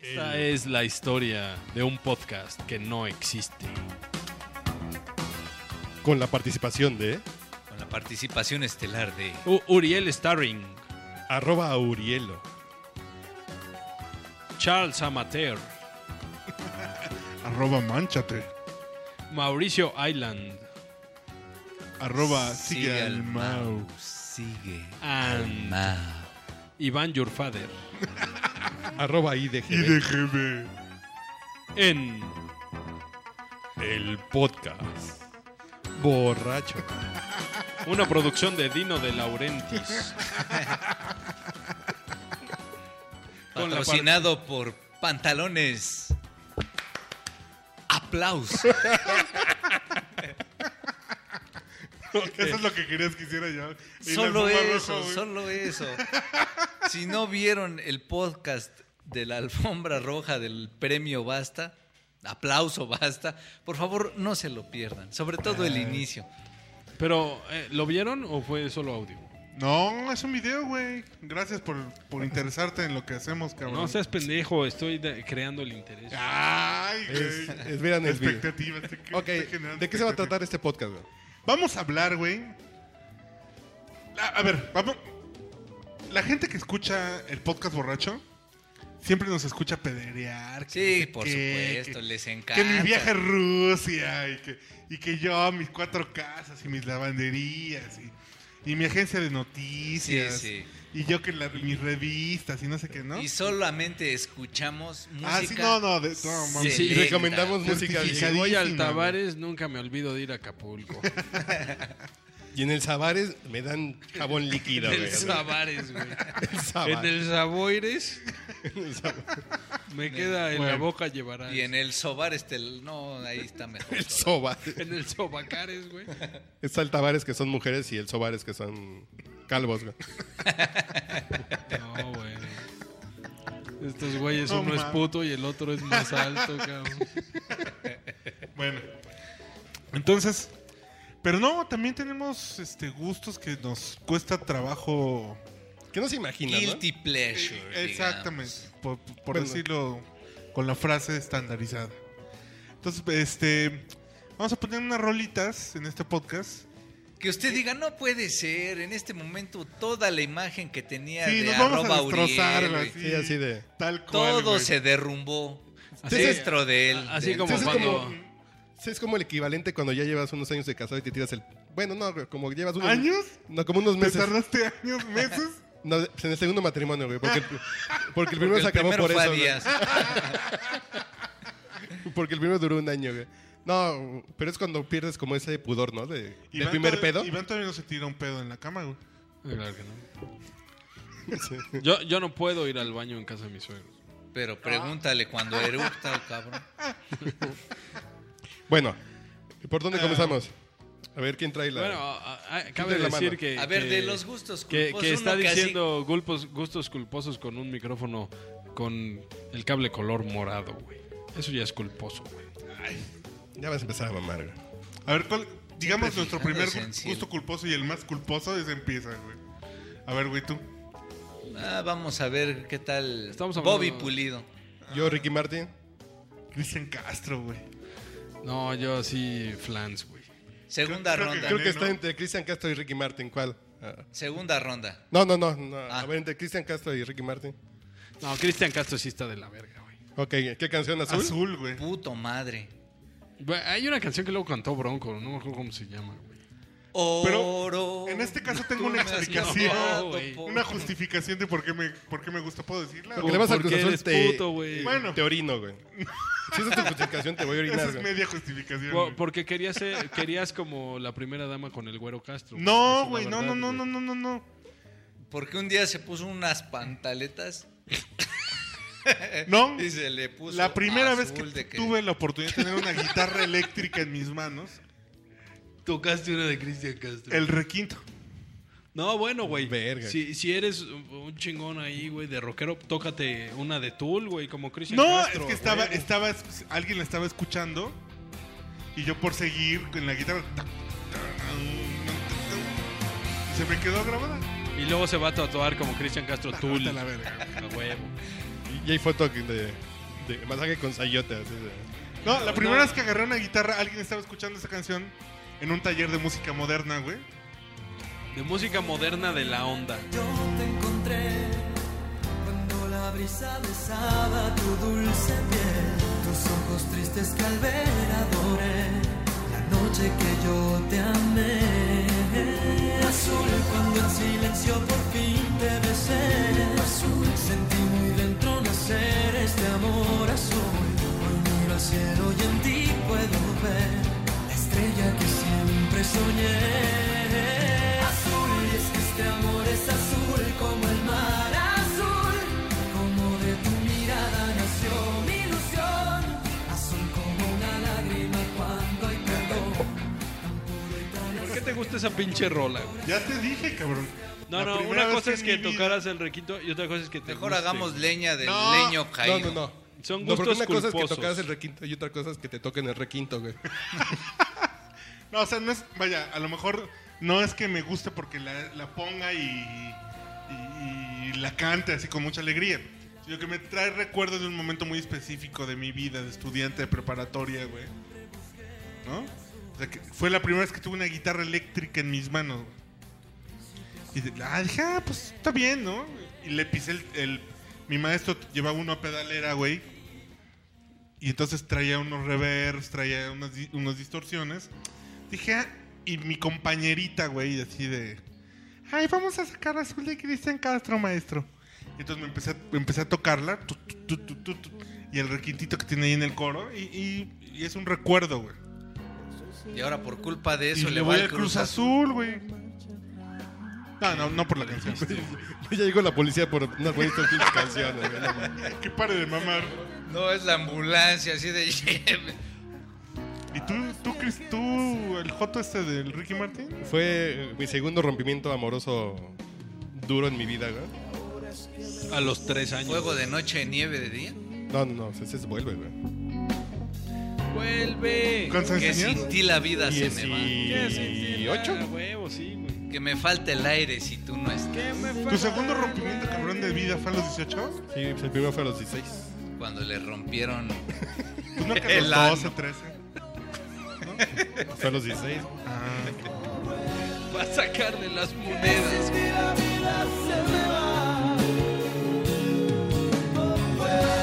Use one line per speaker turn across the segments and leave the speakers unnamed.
Esta es la historia de un podcast que no existe.
Con la participación de
Con la participación estelar de
U- Uriel Starring,
arroba Aurielo.
Charles Amateur,
Arroba manchate.
Mauricio Island,
Arroba sigue al Mau.
Sigue
And-
al Mau.
Iván Your Father,
Arroba IDG.
Y déjeme.
en
El podcast. Borracho.
una producción de Dino de Laurentis. Con la par-
Patrocinado por pantalones. Aplauso.
Eso es lo que querías que hiciera yo. Y la
solo
alfombra
eso,
roja, güey.
solo eso. Si no vieron el podcast de la alfombra roja del premio Basta, aplauso Basta, por favor no se lo pierdan, sobre todo el inicio.
Pero, eh, ¿lo vieron o fue solo audio?
No, es un video, güey. Gracias por, por interesarte en lo que hacemos, cabrón.
No seas pendejo, estoy de- creando el interés.
Ay, güey.
Es- es- vean el video.
expectativa. este que-
Ok,
está generando
¿de qué se va a
expectativa.
tratar este podcast? güey?
Vamos a hablar, güey. La- A ver, vamos. La gente que escucha el podcast borracho siempre nos escucha pederear.
Sí,
no sé
por
qué,
supuesto,
que-
les
Que mi
encanta.
viaje a Rusia y que, y que yo, mis cuatro casas y mis lavanderías y, y mi agencia de noticias.
Sí, sí.
Y yo que la- mis revistas y no sé qué, ¿no?
Y solamente escuchamos música.
Ah, sí, no, no, de- no, mames.
Y sí,
selecta.
recomendamos música.
Si
Certificadísima,
voy al
güey.
Tavares, nunca me olvido de ir a Acapulco.
Y en el Sabares me dan jabón líquido,
En
güey.
el Sabares, güey.
El
En
Sabares.
el Saboires me queda en la
Bueno.
boca llevarás.
Y en el sobar este, no, ahí está mejor.
El
todo.
Soba.
En el Sobacares, güey.
Está el Tabares que son mujeres y el Sobares que son calvos, güey.
No, güey. Estos güeyes,
No
uno es
mames.
puto y el otro es más alto, cabrón.
Bueno. Entonces, pero no, también tenemos este gustos que nos cuesta trabajo. Eh,
Que no se imagina, ¿no?
Guilty pleasure.
Exactamente,
digamos.
por, por
Bueno.
decirlo con la frase estandarizada. Entonces, este vamos a poner unas rolitas en este podcast.
Que usted diga, no puede ser, en este momento toda la imagen que tenía
Sí,
de
nos vamos
arroba
a destrozar,
Uriel,
güey,
güey,
Sí, así de...
Tal cual.
todo
güey.
se derrumbó
Así-
dentro de él.
así
dentro
como
de
Sí,
él.
es
cuando-
Sí, es como el equivalente cuando ya llevas unos años de casado y te tiras el... Bueno, no, güey, como llevas unos...
¿Años?
No, como unos
¿Te
meses.
tardaste años, meses?
No, pues, en el segundo matrimonio, güey. Porque el, porque el primero
Porque
se
el
acabó
primero
por
fue a
eso, güey.
días.
Porque el primero duró un año, güey. No, pero es cuando pierdes como ese pudor, ¿no? De, del
Iván
primer
todavía-
pedo.
Iván todavía no se tira un pedo en la cama, güey.
Claro que no. Yo, yo no puedo ir al baño en casa de mis suegros.
Pero pregúntale cuando eructa el cabrón.
Bueno, ¿por
Ah.
dónde comenzamos? A ver, ¿quién trae la...?
Bueno, a- a- cabe
Quítale la
decir
mano.
que.
A ver,
que-
de los gustos
Que,
culposos,
Pues que está
uno casi-
diciendo gulpos- gustos culposos con un micrófono con el cable color morado, güey. Eso ya es culposo, güey.
Ya vas a empezar a mamar, güey.
A ver, ¿cuál, digamos
Siempre
nuestro primer
fijándose en
gu-
sí.
gusto culposo y el más culposo ese empieza, güey. A ver, güey, tú.
Ah, vamos a ver qué tal
Estamos hablando-
Bobby Pulido.
Yo,
Ah.
Ricky Martin.
Cristian Castro, güey.
No, yo sí, flans, güey.
Segunda
Creo- creo
ronda.
Creo que
¿no?
está entre Cristian Castro y Ricky Martin. ¿Cuál? Ah.
Segunda ronda.
No, no, no. no.
Ah.
A ver, entre Cristian Castro y Ricky Martin.
No, Cristian Castro sí está de la verga, güey.
Ok, ¿qué canción azul?
Azul, güey.
Puto madre.
Güey, Hay una canción que luego cantó Bronco, no me acuerdo cómo se llama, güey.
Oro.
en este caso tengo una
tú me has
explicación,
llevado
güey.
por-
Una justificación de por qué me, por qué me gusta, ¿puedo decirla?
Porque le vas al
Porque
Cruz Azul,
eres
te,
puto, güey.
Bueno.
te orino, güey. Si esa es tu justificación, te voy a
Esa
orinar,
es
güey.
media justificación.
Po-
güey.
Porque querías, ser- querías como la primera dama con el güero Castro. Esa es
No,
la
güey, no,
verdad,
no, no,
güey.
no, no, no, no.
Porque un día se puso unas pantaletas
No.
y se le Eh, puso.
La primera vez que,
azul de
tuve la oportunidad de tener una guitarra eléctrica en mis manos,
Tocaste una de Cristian Castro.
el requinto.
No, bueno, güey.
Verga.
Si, si eres un chingón ahí, güey, de rockero, tócate una de Tool, güey, como Cristian
No,
Castro.
es que estaba,
güey.
estaba, alguien la estaba escuchando y yo por seguir con la guitarra. Se me quedó grabada.
Y luego se va a tatuar como Cristian Castro Tool.
Vete a la verga.
A huevo.
Y hay foto que de De masaje con sayota. así de-
No, la primera vez que agarré una guitarra, alguien estaba escuchando esa canción en un taller de música moderna, güey.
De música moderna de la onda.
Yo te encontré cuando la brisa besaba tu dulce piel, tus ojos tristes que al ver adoré, la noche que yo te amé. Azul cuando en silencio por fin te besé, azul sentí muy dentro nacer este amor azul. Hoy miro al cielo y en ti puedo ver la estrella que siempre soñé. Azul y es que este amor es azul como el mar azul, como de tu mirada nació mi ilusión, azul como una lágrima cuando hay perdón.
¿Por qué te gusta esa pinche rola? güey?
Ya te dije, cabrón.
No,
La
no,
primera
una
vez
cosa es que
en mi vida-
tocaras el requinto y otra cosa es que te
Mejor
guste,
hagamos
güey.
leña del
No,
leño caído.
No, no, no.
Son
No, porque
gustos
una cosa es que
culposos.
tocas el requinto y otra cosa es que te toquen el requinto, güey.
No, o sea, no es. Vaya, a lo mejor no es que me guste porque la, la ponga y, y- y la cante así con mucha alegría. Sino que me trae recuerdos de un momento muy específico de mi vida, de estudiante de preparatoria, güey. ¿No? O sea, que fue la primera vez que tuve una guitarra eléctrica en mis manos, güey. Y de- ah, dije, ah, pues está bien, ¿no? Y le pisé el. el- mi maestro llevaba uno a pedalera, güey. Y entonces traía unos reverbs, traía unas, di- unas distorsiones. Dije, ah, y mi compañerita, güey, así de. Ay, vamos a sacar azul de Cristian Castro, maestro. Y entonces me empecé a, empecé a tocarla. tu, tu, tu, tu, tu, tu, y el requintito que tiene ahí en el coro. Y, y- y es un recuerdo, güey.
Y ahora por culpa de
Y
eso
le voy
va
al Cruz Azul, güey. No, no, no por la canción.
ya llegó la policía por unas bonitas pinches canciones, güey. no mames.
que pare de mamar.
No, es la ambulancia así de...
¿Y tú, tú, Cris, tú, el joto este del Ricky Martin?
Fue eh, mi segundo rompimiento amoroso duro en mi vida, güey.
A los tres años.
Fuego de noche, nieve de día.
No, no, no, ese se vuelve, güey.
¡Vuelve!
¿Cuántos
Que
años
sin
tenías?
ti la vida se me va.
¿Y
¿18?
huevo, sí, güey.
Que me falta el aire si tú no estás.
¿Qué me
¿Tu segundo rompimiento cabrón de vida fue a los 18?
Sí, pues el primero fue a los 16.
Cuando le rompieron...
Pues no, que a
El
los
ano.
12, 13.
Fue a los 16.
Ah.
Va a sacarle las monedas. güey.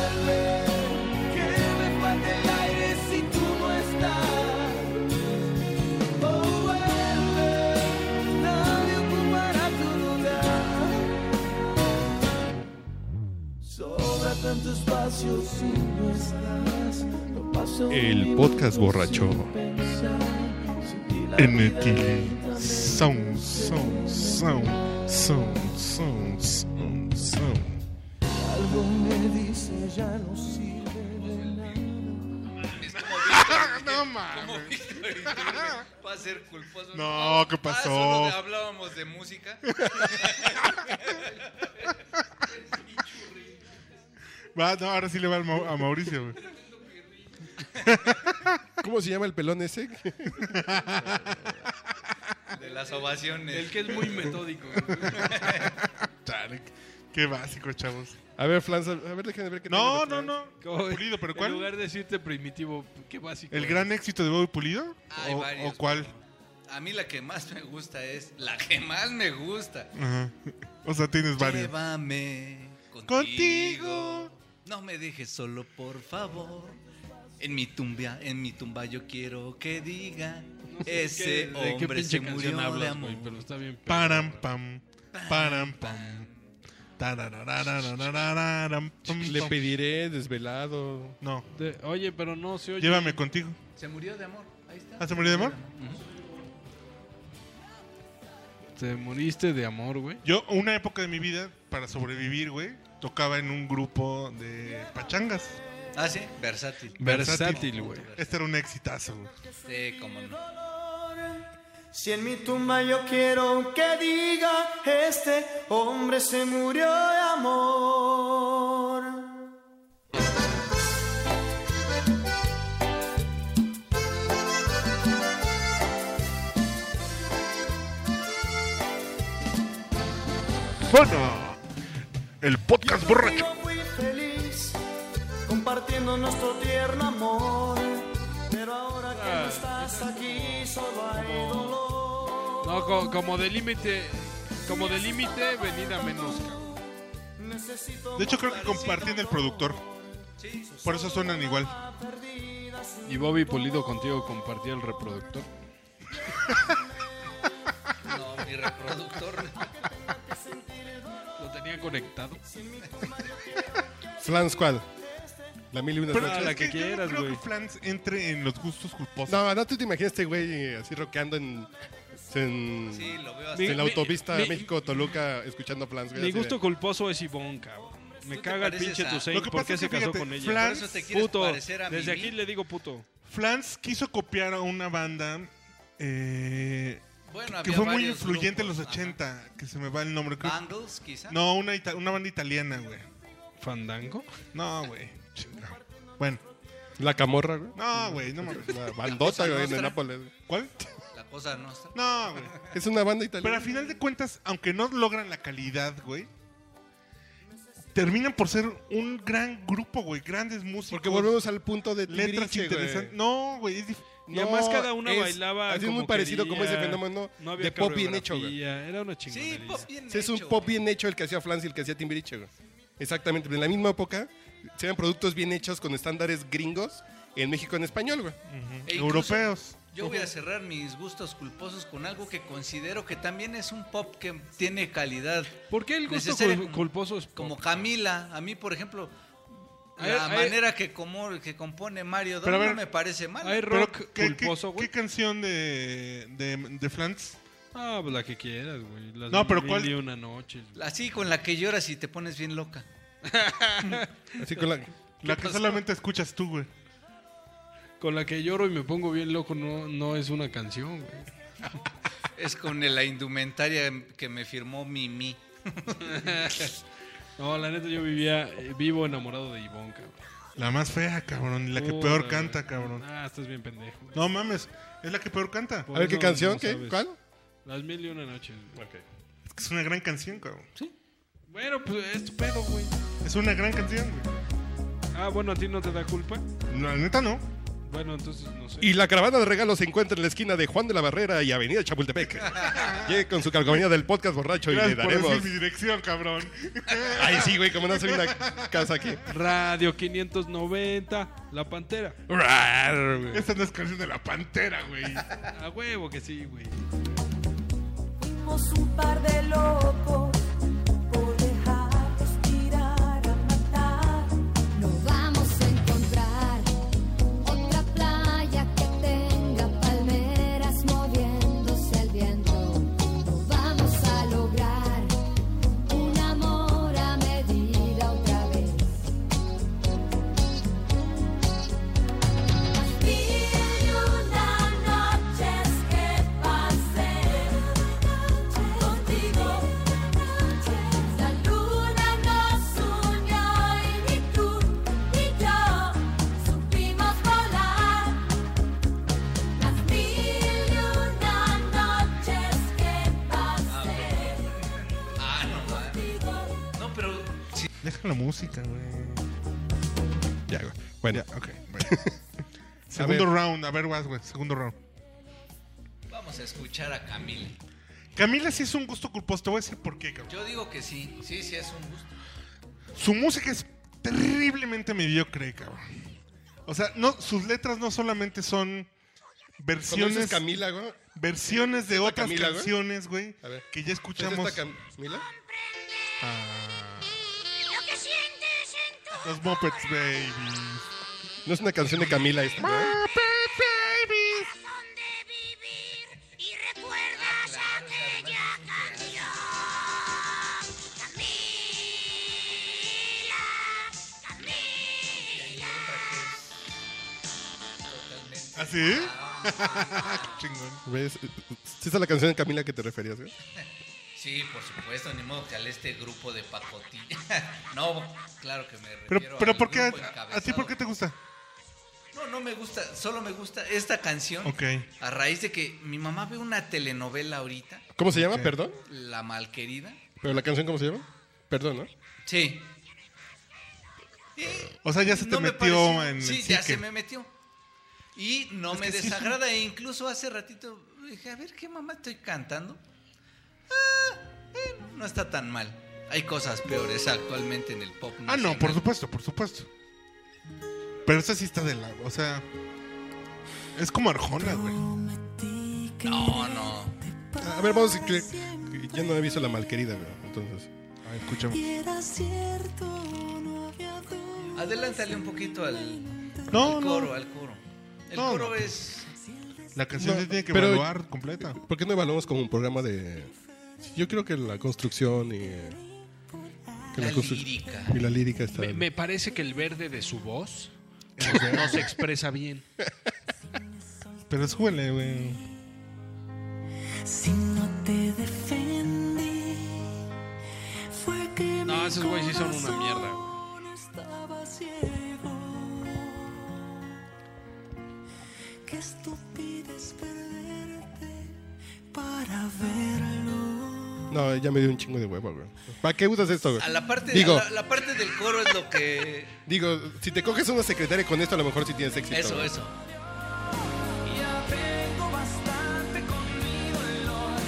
Que me falte el aire si tú no estás. Oh, vuelve, nadie ocupará tu lugar. Sobra tanto espacio si no estás. No paso un
El
minuto
podcast
sin
borracho.
pensar. Sin ti la vida
NT. Son, son, son, son, son, son, son.
Algo me dice ya no sirve de nada.
Es como Víctor-
No
como
mames.
Víctor y Turbe. Ah, Va a ser culposo.
No, ¿qué pasó?
Ah, solo hablábamos de música.
Va, no, ahora sí le va al Mau- a Mauricio, güey.
¿Cómo se llama el pelón ese?
De las ovaciones.
El que es muy metódico. güey.
Chale, Qué básico, chavos.
A ver, Flans, a ver, déjenme ver qué
No,
tengo
no,
de
no.
Como-
Pulido, pero
En
¿cuál?
lugar de decirte primitivo, qué básico.
¿El
es.
gran éxito de Bobby Pulido?
Hay
¿O,
varios,
o cuál?
A mí la que más me gusta es... La que más me gusta.
Ajá. O sea, tienes varios.
Llévame
Contigo.
No me dejes solo, por favor. En mi tumba, en mi tumba yo quiero que diga ese
¿Qué- ¿De qué
hombre
pinche
se murió
canción
de
hablas,
amor.
güey? Pero está bien. pero-
Param pam. Param pam. Tararararararararam, pam,
Le
pam.
pediré desvelado.
No.
de- Oye, pero no se oye.
Llévame contigo.
Se murió de amor. Ahí está.
¿Ah, se murió de amor?
Te moriste de amor, güey.
Yo, una época de mi vida, para sobrevivir, güey, tocaba en un grupo de pachangas.
Ah, sí, versátil.
Versátil, güey.
Este era un exitazo, güey.
Sí, cómo este, no.
Si en mi tumba yo quiero que diga, este hombre se murió de amor.
Bueno, el podcast borracho.
Yo fui feliz con compartiendo nuestro tierno amor. Pero ahora que no estás aquí, solo hay dolor.
No, co- como de límite, como de límite, venida menos, cabrón.
Necesito
De hecho, creo que compartían el productor. Por eso suenan igual.
perdidas.
Y Bobby Pulido contigo compartía el reproductor.
No, mi reproductor.
Lo tenía conectado.
Flan Squad. La mil y una
Pero
Ah,
noches.
la
es
que
yo no
quieras,
creo
güey.
que Flans entre en los gustos culposos.
No, no, tú te imaginas este güey eh, así rockeando en, en,
Sí, lo veo
Mi-
en
así.
la
mi-
autopista
mi-
México-Toluca escuchando Flans. güey,
Mi
así de-
gusto culposo es Ivonne, cabrón. Me
¿Tú te
caga el
pareces
pinche
a-
Tusein
Lo que pasa
porque
es
se
que
casó
fíjate,
con ella.
Flans-
Por eso te quieres
Puto,
parecer a
desde
Mimi.
aquí le digo puto.
Flans quiso copiar a una banda eh,
Bueno,
que
había
fue muy
varios
influyente en los
grupos, ajá.
80, que se me va el nombre. creo-
Bangles, quizá.
No, una, ita- una banda italiana, güey.
¿Fandango?
No, güey. Chinga. Bueno,
La camorra, güey.
no, güey, no mames.
Una bandota, güey, en
Nostra.
Nápoles. güey.
¿Cuál?
La cosa nuestra.
No, güey.
Es una banda
Pero
italiana.
a final de cuentas, aunque no logran la calidad, güey, terminan por ser un gran grupo, güey. Grandes músicos.
Porque volvemos al punto de
letras
Timbiriche, güey.
interesantes. No, güey, es dif-
Y
No,
además cada una
es-
bailaba.
así es
como
muy parecido
quería.
como ese fenómeno
No había
de pop bien hecho, güey.
coreografía, Era una
Sí,
chingonería.
pop bien
Sí, es un
hecho,
pop
güey.
bien hecho el que hacía Flans y el que hacía Timbiriche, güey. Exactamente, en la misma época se eran productos bien hechos con estándares gringos en México en español, güey.
E incluso-
europeos.
Yo voy a cerrar mis gustos culposos con algo que considero que también es un pop que tiene calidad.
¿Por qué el gusto
Necesaria
cul-
como-
culposo es pop?
Como Camila, a mí por ejemplo,
Hay-
la
hay-
manera que, como, que compone Mario
Pero a
Don no me
ver,
parece mal.
Hay
Pero
rock
¿qué, qué-
culposo,
qué
güey.
canción de, de, de Flans?
Ah, pues la que quieras, güey. Las
No, pero
mil
¿cuál?
y una noche.
Así con la que lloras y te pones bien loca.
Así con la...
La que solamente escuchas tú, güey.
Con la que lloro y me pongo bien loco no, no es una canción, güey.
Es con la indumentaria que me firmó Mimi.
No, la neta yo vivía, eh, vivo enamorado de Ivonne, cabrón.
La más fea, cabrón. Y la que
Puta,
peor
güey.
canta, cabrón.
Ah, estás bien pendejo.
No mames, es la que peor canta.
Por
A ver, ¿qué
eso
canción?
no
¿Qué?
sabes.
¿Cuál?
Las mil y una noches. güey.
Es que es una gran canción, cabrón.
Bueno, pues es tu pedo, güey.
Es una gran canción, güey.
Ah, bueno, a ti no te da culpa.
No, La neta no.
Bueno, entonces no sé.
Y la caravana de regalos se encuentra en la esquina de Juan de la Barrera y Avenida Chapultepec. Llegue con su calcomanía del podcast borracho y le
Gracias por
daremos...
decir mi dirección, cabrón.
Ay, sí, güey, como no soy una casa aquí.
Radio 590, La Pantera.
Rar, güey.
Esta no es canción de la pantera, güey.
A huevo que sí, güey.
Fuimos un par de locos por dejarnos tirar a matar.
No vamos a encontrar otra playa que tenga palmeras moviéndose al viento. No vamos a lograr un amor a medida otra vez.
Piden una noche que pasé contigo. La luna nos unió y ni tú ni yo supimos volar. Las mil y una noches que pasé
Ah, no, ma.
contigo.
no, pero sí,
Deja la música, güey.
Ya, güey. Bueno,
Ok, bueno. Segundo
ver.
round, a ver, vas, güey. Segundo round.
vamos a escuchar a Camila.
Camila sí es un gusto culposo. Te voy a decir por qué, cabrón.
Yo digo que sí, sí, sí es un gusto.
Su música es terriblemente mediocre, cabrón. O sea, no, sus letras no solamente son
¿cómo dices
versiones,
Camila, güey?
versiones de otras
Camila, güey?
canciones, güey,
A ver.
que ya
¿Es esta
escuchamos.
Cam- Camila?
Los Muppets Babies.
No es una canción de Camila esta, ¿no?
Ah. Muppets Babies. ¿Ah, sí? Chingón.
¿Ves? ¿Sí es la canción de Camila que te referías, güey?
Sí, por supuesto, ni modo que al este grupo de pacotilla. no, claro que me refiero
Pero, pero
al
¿por qué?
grupo
¿A a ti por qué te gusta?
encabezado. No, no me gusta, solo me gusta esta canción.
Ok.
A raíz de que mi mamá ve una telenovela ahorita,
¿Cómo se llama?
Ok.
Perdón.
La Malquerida.
¿Pero la canción cómo se llama? Perdón, ¿no?
Sí.
O sea, ya se te
me
metió
pareció-
en el
Sí, ya
psique.
se me metió. Y no me desagrada. E incluso hace ratito dije, a ver, ¿qué mamá estoy cantando? Ah, bueno, no está tan mal. Hay cosas peores actualmente en el pop.
Ah, no,
nacional.
por supuesto, por supuesto. Pero esta sí está de la. O sea. Es como Arjona, güey.
No, no.
A ver, vamos a que. Ya no he visto la malquerida, güey. Entonces.
A ver, escuchamos.
Adelántale un poquito al,
No,
al
no.
coro, al coro. El
No,
coro
no.
es.
La canción
No,
se tiene que
pero-
evaluar completa.
¿Por qué no evaluamos como un programa de.? Yo creo que la construcción y. eh, que
La
construc-
lírica.
Y la lírica está.
Me, me parece que el verde de su voz no se expresa bien.
Pero suele, güey.
Si no te defendí, fue que
No,
mi
esos güeyes sí son una
corazón
mierda, güey.
Estaba ciego. Qué estúpido es perderte para verlo.
No, ya me dio un chingo de hueva, güey. ¿Para qué usas esto, güey?
A la parte,
Digo,
a la, la parte del coro es lo que.
digo, si te coges una secretaria con esto, a lo mejor sí tienes éxito.
eso,
güey.
eso.
Ya tengo bastante con mi dolor.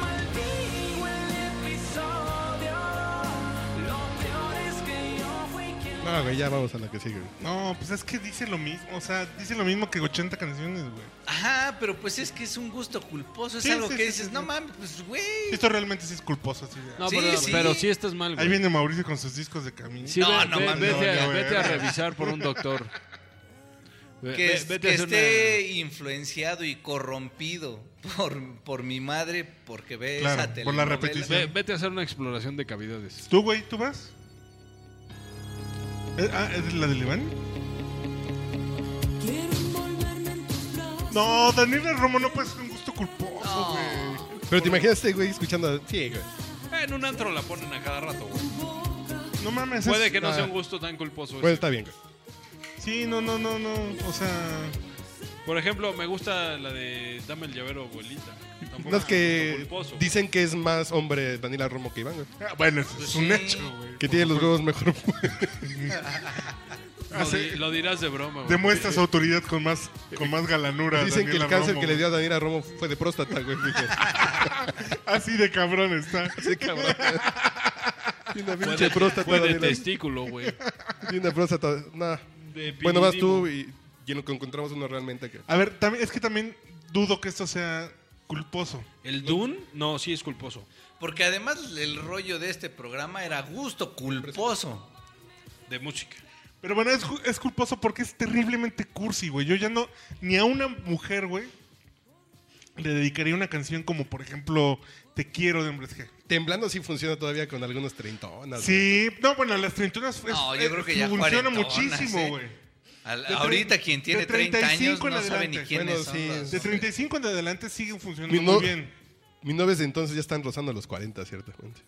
Maldigo el episodio. Lo peor es que yo fui quien.
No, güey, ya vamos a la que sigue. güey.
No, pues es que dice lo mismo. O sea, dice lo mismo que 80 canciones, güey.
Ajá, pero pues es que es un gusto culposo. Es
Sí,
algo
sí,
que
sí,
dices,
sí,
no
sí.
mames, pues güey.
Esto realmente sí es culposo. Así de-
No,
Sí,
pero,
sí.
pero sí estás mal,
Ahí
güey.
viene Mauricio con sus discos de camino.
Sí,
No,
ve-
no
ve-
mames,
vete,
no,
a,
no,
vete
güey.
a revisar por un doctor. Ve-
que,
ve-
es-
vete
que
a hacer una-
esté influenciado y corrompido por, por mi madre porque ve
Claro,
esa
por la
telenovela.
repetición.
ve- vete a hacer una exploración de cavidades.
¿Tú, güey? ¿Tú vas? Eh, ah, ¿Es la del Iván? No, Daniela Romo no puede ser un gusto culposo, güey.
Pero te imaginas este güey escuchando. a- Sí, güey.
En un antro la ponen a cada rato, güey.
No mames. es-
Puede que no
Ah.
sea un gusto tan culposo.
Bueno,
ese.
está bien, güey.
Sí, no, no, no, no. O sea,
Por ejemplo, me gusta la de Dame el llavero, abuelita. Tampoco
No es
un
que
gusto culposo.
dicen que es más hombre Daniela Romo que Iván, güey.
ah, bueno, eso es
Pues
un
sí.
hecho, güey.
Que tiene los huevos mejor.
Lo, di- lo dirás de broma, güey.
Demuestra su autoridad con más, con más galanura.
Dicen que el
Daniela
cáncer
Romo,
que le
güey.
dio a Daniela Romo fue de próstata, güey. Dije,
Así Ah, de cabrón está.
sí, cabrón. Tiene una
Fue
pinche
de,
próstata,
fue de
Daniela.
testículo, güey.
Tiene una próstata. Nah.
De
Bueno, vas
pirindimo.
tú y, y en lo que encontramos uno realmente que.
A ver, también, es que también dudo que esto sea culposo.
¿El Dune? No, sí es culposo.
Porque además el rollo de este programa era gusto culposo.
De música.
Pero bueno, es, ju- es culposo porque es terriblemente cursi, güey. Yo ya no, ni a una mujer, güey, le dedicaría una canción como, por ejemplo, Te quiero de Hombres G.
Temblando sí funciona todavía con algunos treintonas. güey.
Sí, no, bueno, las treintonas es- eh,
No, yo creo que ya
funciona
cuarentonas,
muchísimo,
¿eh?
güey.
Al-
De tre-
ahorita quien tiene
de
30 años
35
no
en
sabe
adelante.
ni quiénes
Bueno, sí,
son. los-
De 35 en adelante siguen funcionando
Mi no-
muy bien.
Mis novios de entonces ya están rozando los 40, ciertamente.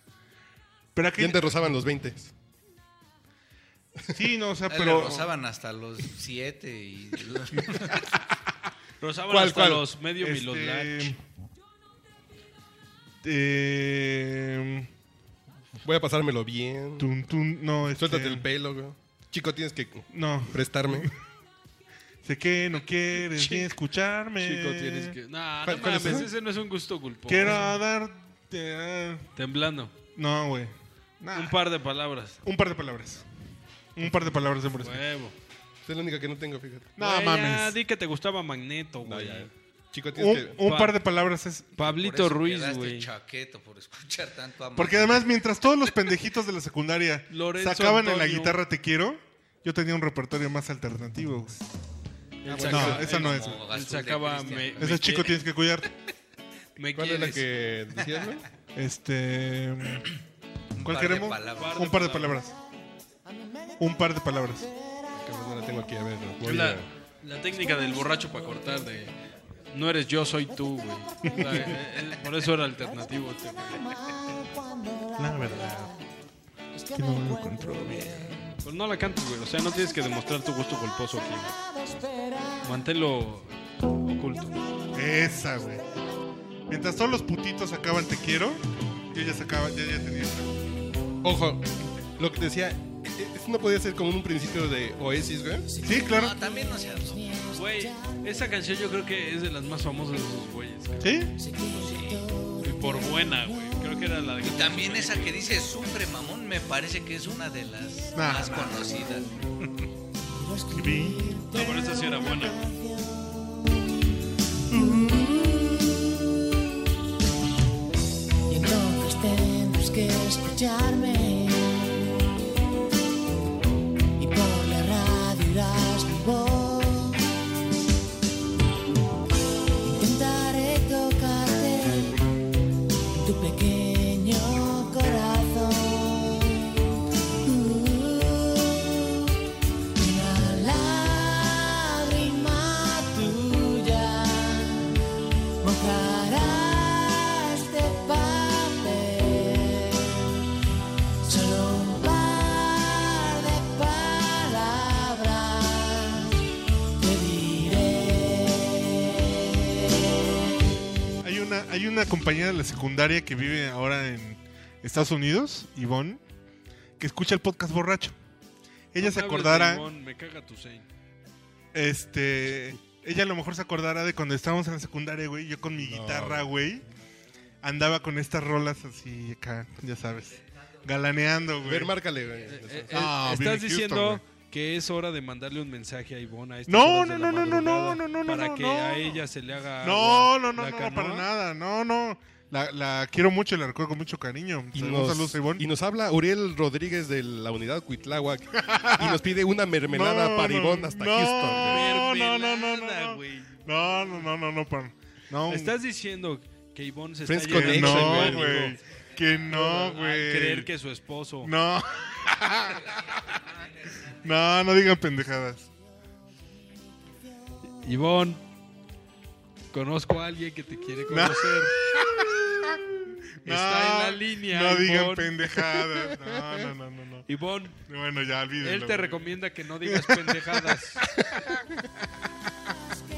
Pero
Ya
aquí...
antes rozaban los 20.
Sí, no, o sea,
Ah, le
pero...
rozaban hasta los 7 y...
Rosaban
¿Cuál,
hasta
cuál?
los medio
este,
milolach.
eh,
Voy a pasármelo bien.
tun, tun, no, este,
Suéltate el pelo, güey. Chico, tienes que
No,
prestarme.
sé que no quieres ni
Chico-
escucharme.
Chico, tienes que. Nah, no
¿Cuál- cuál es
mames,
esa?
ese no es un gusto culposo.
Quiero darte. ah,
Temblando.
No, güey. Nah.
Un par de palabras.
Un par de palabras. Un par de palabras de Morrissey.
Huevo.
Esa es la única que no tengo, fíjate.
No
Güey, Ya
mames.
di que te gustaba Magneto,
No,
güey.
ya. Chico, tienes
Un,
que.
un
Pa-
par de palabras es.
Por
Pablito
eso
Ruiz,
quedaste
güey.
chaqueto por escuchar tanto a
Porque además, mientras todos los pendejitos de la secundaria
Lorenzo
sacaban en la
Antonio.
guitarra Te Quiero, yo tenía un repertorio más alternativo, güey.
Él
No,
sacaba-
esa no es.
como-
Él sacaba me,
Ese
me
chico
quie-
tienes que cuidar.
me
¿Cuál es la
quieres.
que decías, güey?
Este.
Un
¿Cuál
par de
queremos?
palabras.
Un par de palabras. Un par de palabras.
Que no la tengo aquí, a ver. güey.
Es
Voy
la,
a-
la técnica del borracho para cortar de no eres yo, soy tú, güey. La- eh, eh, por eso era alternativo. este, güey.
La verdad. Es que no lo encontró bien.
Pues no la cantes, güey. O sea, no tienes que demostrar tu gusto culposo aquí. güey. Manténlo oculto.
Esa, güey. Mientras todos los putitos sacaban te quiero, yo ya sacaba, ya, ya tenía esa.
Ojo, lo que te decía, e- e- es, Esto no podía ser como un principio de Oasis, güey.
Sí, claro.
Ah,
No, también no seas.
Güey, esa canción yo creo que es de las más famosas de esos güeyes. cabrón.
Sí.
Y por buena, güey. Creo que era la de.
Y también esa que dice sufre mamón, me parece que es una de las
Nah,
más
nah.
conocidas.
Vi.
No, pero esa sí era buena.
Y entonces tendrás que escucharme. Y por la radio irás mi voz. Intentaré tocarte tu pequeño corazón. Uh, una lágrima tuya mojará este papel. Solo un par de palabras te diré.
Hay una, hay una compañera de la secundaria que vive ahora en Estados Unidos, Ivonne, que escucha el podcast borracho. Ella
No me
se
hables de
acordará,
Ivonne, Me caga tu sein.
este, ella a lo mejor se acordará de cuando estábamos en la secundaria, güey, yo con mi guitarra, güey, andaba con estas rolas así acá, ya sabes, galaneando,
A
güey.
ver, márcale, güey.
Eh, eh,
Ah, Billy
estás
Houston,
diciendo
güey.
que es hora de mandarle un mensaje a Ivonne a estas
No,
horas de
no,
la
no, no, no,
madrugada
no, no, no,
Para
no,
que
no.
a ella se le haga.
No,
agua
no, no,
la
no,
canoa.
para nada, no, no. La, la quiero mucho y la recuerdo con mucho cariño.
Y
Un
nos,
saludo, Ivonne.
y nos habla Uriel Rodríguez de la unidad Cuitláhuac y nos pide una mermelada
No,
para
no,
Ivonne hasta
no.
Houston. güey.
No, no, no, no,
Mermelada,
no, no.
güey.
No, no, no, no, no, pan. No,
Estás diciendo que Ivonne se
Friends
está
con
que
llenando de vértigo
no, güey. Que no,
al
güey.
creer que su esposo.
No. no, no digan pendejadas.
Ivonne, conozco a alguien que te quiere conocer.
No,
Está en la línea.
No digan
Ivonne.
pendejadas. No, no, no, no, no.
Ivonne,
Bueno, ya olvídenlo.
él te
güey.
recomienda que no digas pendejadas.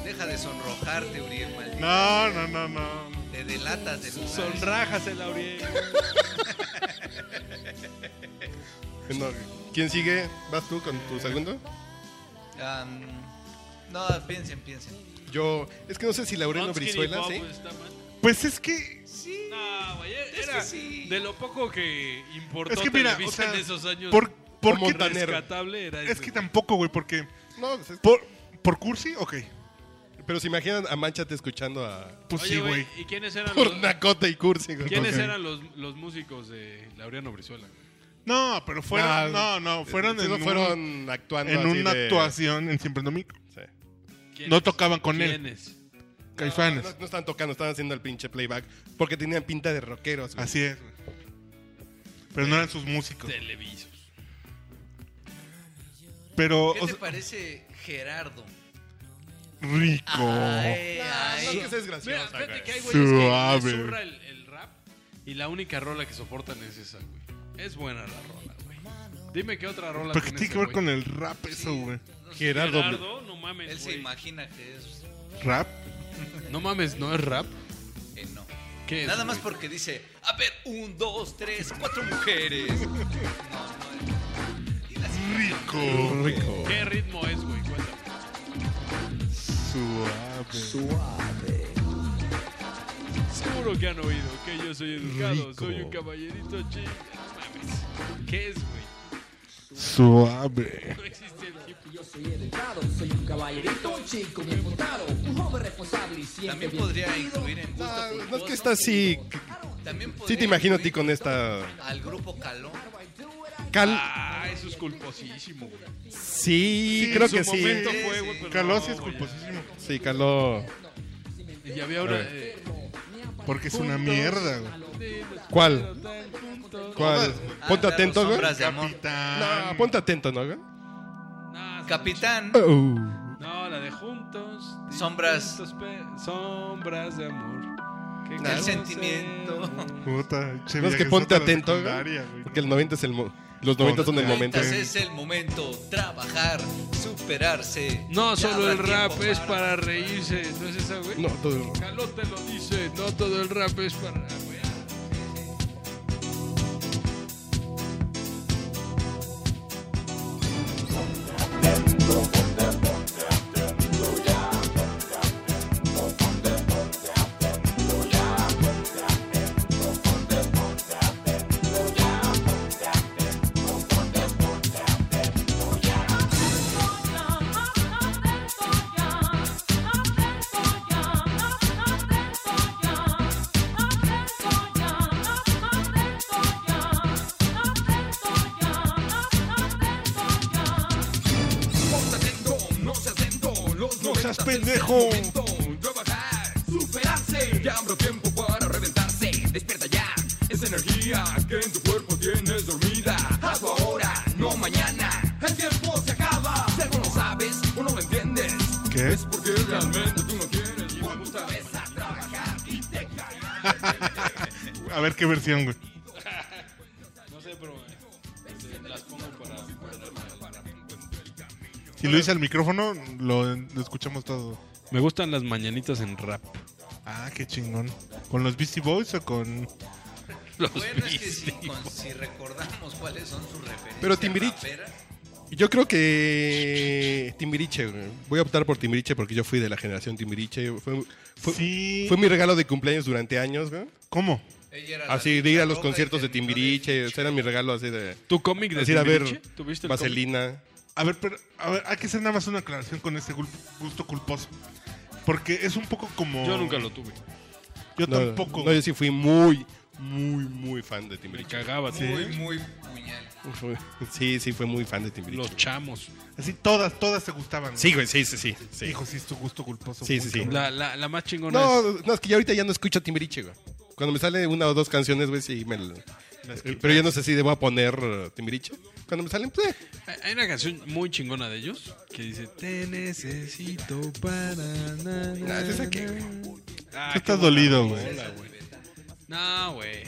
Deja de sonrojarte, Uriel, maldito.
No, no, no, no.
Te delatas de
Sonrájasela, Uriel.
No, güey. ¿Quién sigue? ¿Vas tú con tu segundo?
Am, no, piensen, piensen.
Yo, es que no sé si Laureno
Skinny
Brizuela,
Bob
¿sí?
está mal.
Pues es que.
No, güey, e- era
sí.
de lo poco que importó
Es que mira, o
Televisa
sea.
en esos años.
Por, por
Como
qué-
tan-
rescatable era
es
ese,
que
güey.
tampoco, güey, porque.
No, pues es-
Por, ¿Por cursi? Ok.
pero se imaginan a Manchate escuchando a...
Pues
Oye,
sí, güey.
¿Y quiénes eran
Por
los,
Nacote y Cursi, güey.
quiénes
Ok.
eran los, los músicos de Laureano Brizuela?
No, pero fueron. No, no, fueron
eh, Sí,
en.
no
un-
fueron actuando
en
así
una
de-
actuación en Siempre en Domingo.
Sí.
¿Quiénes?
No tocaban con él.
¿Quiénes?
Caifanes.
Ah, No, no estaban tocando, estaban haciendo el pinche playback porque tenían pinta de rockeros. güey.
Así es. güey. Pero no eran sus músicos.
Televisos.
Pero,
¿Qué
o
te
sea,
parece Gerardo?
rico.
Ay, ay.
No, no, que seas
Mira,
graciosa,
fíjate
güey.
que hay güeyes que les
Suave.
zurra el, el rap y la única rola que soportan es esa, güey. Es buena la rola, güey. Dime qué otra rola
¿Pero qué
tiene
tiene
ese
que ver
güey?
con el rap eso, güey?
Gerardo.
Gerardo, no mames,
Él se
güey.
imagina que es.
¿Rap?
No mames, ¿no es rap?
eh, no.
¿Qué es,
Nada más
güey?
porque dice, a ver, un, dos, tres, cuatro mujeres. No, no, es- y las-
Rico. Rico.
¿Qué ritmo es, güey? Cuéntame.
Suave.
Seguro que han oído que yo soy educado, soy un caballerito chico. No mames. ¿Qué es, güey?
Suave.
No existe el hip hop.
También podría incluir en gusto
Ah, No, es
culposo.
que está así.
También
Sí te
podría
imagino a ti
incluir
con esta
Al grupo Calón.
cal.
Ah, eso es culposísimo, güey.
Sí,
Sí,
creo
en
que
su
sí.
momento fue, güey, pero
Caló sí
no,
es
güey,
culposísimo.
Sí, caló.
ya. Y había una. eh,
Porque es una mierda, güey.
¿Cuál?
juntos.
¿Cuál? Ponte
Ah,
atento,
las
güey.
sombras de amor.
Capitán.
No, ponte atento, ¿no, güey?
No,
Capitán.
Oh.
No, la de juntos.
Sombras.
distintos pe- Sombras de amor. Que
El
conocen.
sentimiento.
Puta, che,
No, es que
viajesota
ponte
de la
atento,
secundaria,
güey.
güey.
Porque el 90 es el. mo- Los 90 son el
Ponte
momento.
Entonces es el momento. Trabajar, superarse.
No
Ya
solo
habrá
el rap
tiempo
es para reírse. ¿No es esa, güey?
No, todo.
Caló te lo dice, no todo el rap es para. Ah, güey, ah.
los
No seas
90s,
pendejo.
es el momento de bajar, superarse. Ya habrá tiempo para reventarse. Despierta ya esa energía que en tu cuerpo tienes dormida. Hazlo ahora, no mañana. El tiempo se acaba. Si algo no sabes o no lo entiendes,
¿Qué?
es porque realmente tú no quieres. Y me gusta ves a trabajar y te
A ver qué versión, güey.
No sé, pero eh, este, las pongo para.
Si lo hice al micrófono, lo, lo escuchamos todo.
Me gustan las mañanitas en rap.
Ah, qué chingón. ¿Con los Beastie Boys o con...?
Los
Bueno, es que
Beastie
si, con- si recordamos cuáles son sus referencias.
Pero Timbiriche-
raperas,
Yo creo que Timbiriche, güey. voy a optar por Timbiriche porque yo fui de la generación Timbiriche. Fue, fue-
Sí.
fue mi regalo de cumpleaños durante años, güey.
¿Cómo?
ella era la
Así de ir a los
roca y
conciertos de
terminó
Timbiriche, o sea, era mi regalo así de...
¿Tu cómic de
Así de, a ver,
Timbiriche? ¿Tuviste el cómic?
Vaselina.
A ver, pero a ver, hay que hacer nada más una aclaración con este gul- gusto culposo. Porque es un poco como...
Yo nunca lo tuve.
Yo
No,
tampoco.
No, yo sí fui muy, muy, muy fan de
Me
Timbiriche.
cagaba, sí.
Muy, muy puñal.
Sí, sí, fue muy fan de Timbiriche.
Los chamos.
Así todas, todas te gustaban.
Sí, güey, sí, sí, sí. sí.
Hijo, sí, es tu gusto culposo.
Sí,
muy
sí, sí.
cabrón.
La, la, la más chingona
No,
es.
no, es que ya ahorita ya no escucho Timbiriche, güey. Cuando me sale una o dos canciones, güey, sí me... lo- Pero ya no sé si debo poner eh, Timbiriche. Cuando me salen, pues... eh.
Hay- Hay una canción muy chingona de ellos que dice: Te necesito para. na, na,
Nah, Ah, ¿esa qué,
na".
güey?
Ah,
Tú
qué
estás
buena
dolido,
rola,
güey.
No, güey.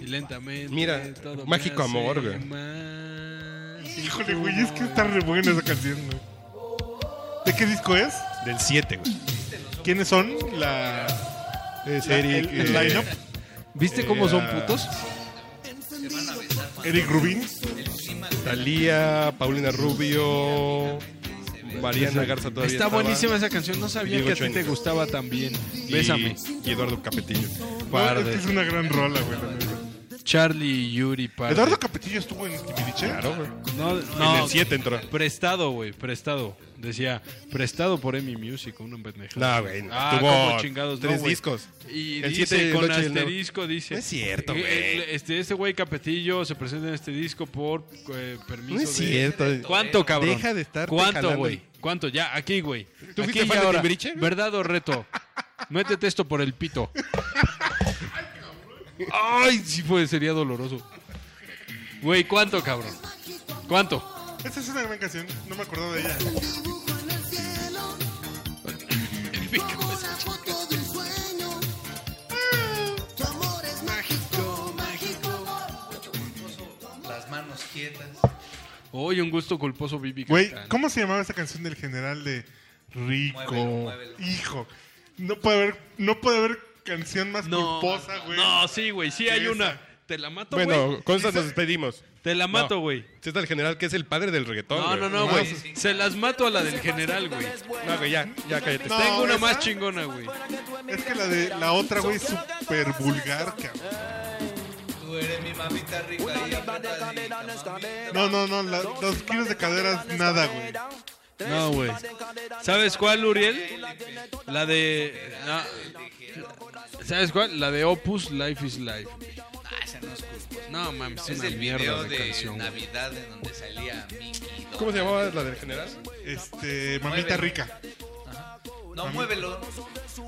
Y lentamente.
Mira,
todo
Mágico
me
Amor,
hace
güey.
mal.
Híjole, güey, es que está re buena esa canción, güey. ¿De qué disco es?
Del 7, güey.
¿Quiénes son? La...
Es
la-
Eric,
el, el
eh,
line-up.
¿Viste cómo son putos?
Eric Rubin.
Talía, Paulina Rubio, Mariana Garza todavía
Está
estaba,
buenísima esa canción. No sabía
Diego
que a ti
Schoen.
te gustaba también.
y-
Bésame.
Y Eduardo Capetillo.
No,
Pardes.
es que es una gran rola, güey. la neta.
Charlie y Yuri Pardes.
Eduardo Capetillo estuvo en Timbiriche.
Claro, güey.
No,
En
no.
el 7 entró.
Prestado, güey, prestado. Decía, prestado por Emi Music, una pendejada.
No, güey, no.
Ah,
Tuvo
cómo chingados,
tres
no, güey.
discos.
Y
El siete,
dice,
el
con
ocho y el nueve.
asterisco, dice.
No es cierto,
eh,
güey.
el- Este, este güey Capetillo se presenta en este disco por eh, permiso
No es
de-
cierto.
¿Cuánto, cabrón?
Deja de estarte
¿Cuánto,
jalando
güey?
ahí.
¿Cuánto? Ya, aquí, güey.
¿Tú
Aquí
fuiste fan
y
de
ahora.
Timbiriche?
¿Verdad o reto? Métete esto por el pito. Ay, sí, fue, sería doloroso. Güey, ¿cuánto, cabrón? ¿Cuánto?
Esa es una gran canción, no me acuerdo de ella.
Las manos quietas.
Oye, un gusto culposo, Bibi.
Güey,
Capitán.
¿cómo se llamaba esa canción del general de Rico?
Muévelo, muévelo.
Hijo, no puede haber, no puede haber canción más
No,
culposa, güey.
no, sí, güey, sí hay
Esa.
una. Te la mato, güey.
Bueno, con esas nos despedimos.
Te la mato,
No.
güey.
Este es el general que es el padre del reggaetón.
No, no, no, güey. Se las mato a la del general, güey.
No, güey, ya, ya cállate.
No,
Tengo una
¿esa?
más chingona, güey.
Es que la de la otra, güey, es súper vulgar, cabrón.
Tú eres mi mamita rica y apretada y mamita.
No, no, no, la- los kilos de caderas, nada, güey.
No, güey. ¿Sabes cuál, Uriel? La de. no. ¿Sabes cuál? La de Opus Life is Life.
Ah, esa no es culpa.
No, mames, es
Es
una
el video
mierda
de,
de canción. güey.
Navidad en donde salía Mickey. Donald.
¿Cómo se llamaba la del general?
Este, mamita
Muévelo.
rica.
No, muévelo.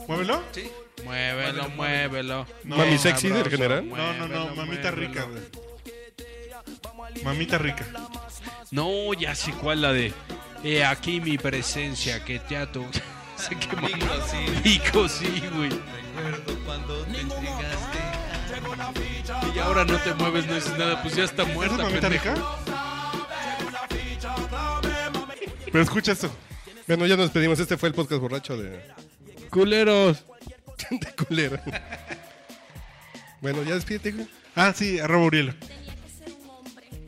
¿Muévelo?
Sí.
Muévelo, muévelo.
No.
Mami sexy del
Sabroso,
general.
No, no, no,
muévelo,
mamita
muévelo.
rica, güey. Mamita rica.
No, ya sé cuál la de. He aquí mi presencia que te ato. sé que
Mico, sí.
Pico, sí, güey.
Recuerdo cuando te entregaste.
Y ahora no te mueves, no dices nada, pues ya está
¿Esa es
muerta,
mamita
pendejo.
rica? Pero escucha esto.
Bueno, ya nos despedimos. Este fue el podcast borracho de,
Culeros.
de culera. Bueno, ya despídete, güey.
Ah, sí, arroba Uriel.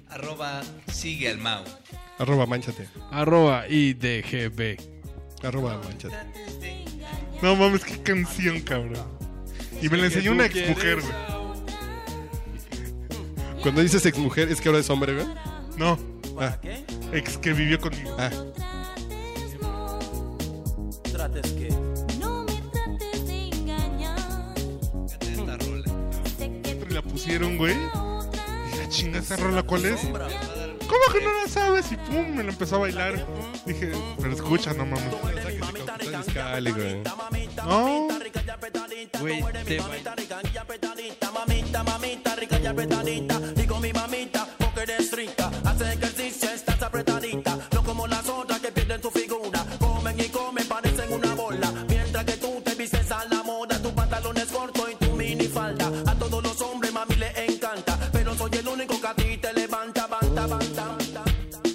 Arroba sigue al Mau.
Arroba manchate.
Arroba IDGB.
Arroba manchate.
No mames, qué canción, cabrón. Y me la enseñó una ex mujer, güey.
Cuando dices ex mujer, es que ahora es hombre, güey.
No,
Ah,
ex que vivió conmigo.
ah.
Trates que.
No me trates de engañar.
Fíjate Esta rola.
Sé que
La pusieron, güey. Y la chinga esa rola, ¿cuál es?
Te va a dar-
¿Cómo que no la sabes? Y pum, me la empezó a bailar. Dije, pero escucha, no mames.
Cali, güey.
No.
Güey, te baño.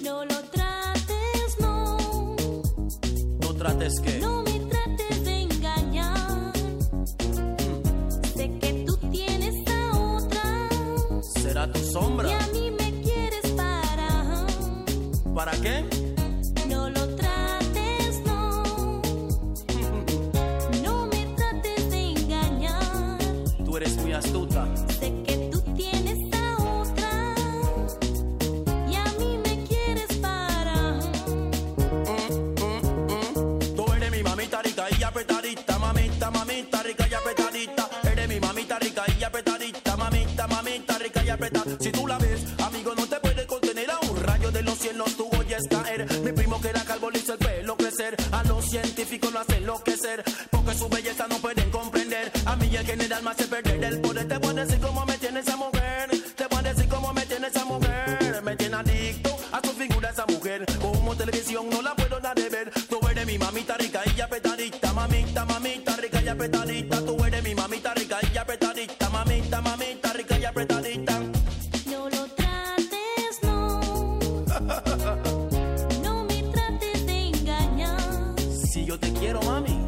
No lo trates, no.
No trates que.
No me trates de engañar. Sé que tú tienes a otra.
Será tu
Y
sombra.
a mí me quieres para.
¿Para qué?
No lo trates, no. No me trates de engañar.
Tú eres muy astuta.
Sé que tú tienes a otra. Y a mí me quieres para.
Tú eres mi mamita rica y apretadita, mamita, mamita rica y apretadita. Eres mi mamita rica y apretadita, mamita, mamita rica y apretadita. Si tú la ves, amigo, no te puede contener a un rayo de los cielos, tú oyes caer. Mi primo que era calvo le hizo el pelo crecer, a los científicos lo hace enloquecer, porque su belleza no pueden comprender. A mí el general me hace perder el poder. Te voy a decir cómo me tiene esa mujer, te voy a decir cómo me tiene esa mujer. Me tiene adicto a su figura esa mujer, como televisión no la puedo dar de ver. Tú eres mi mamita rica y apretadita, mamita, mamita rica y apretadita. Tú eres mi mamita rica y apretadita, mamita, mamita rica y apretadita.
No lo trates, no. No me trates de engañar.
Si yo te quiero, mami,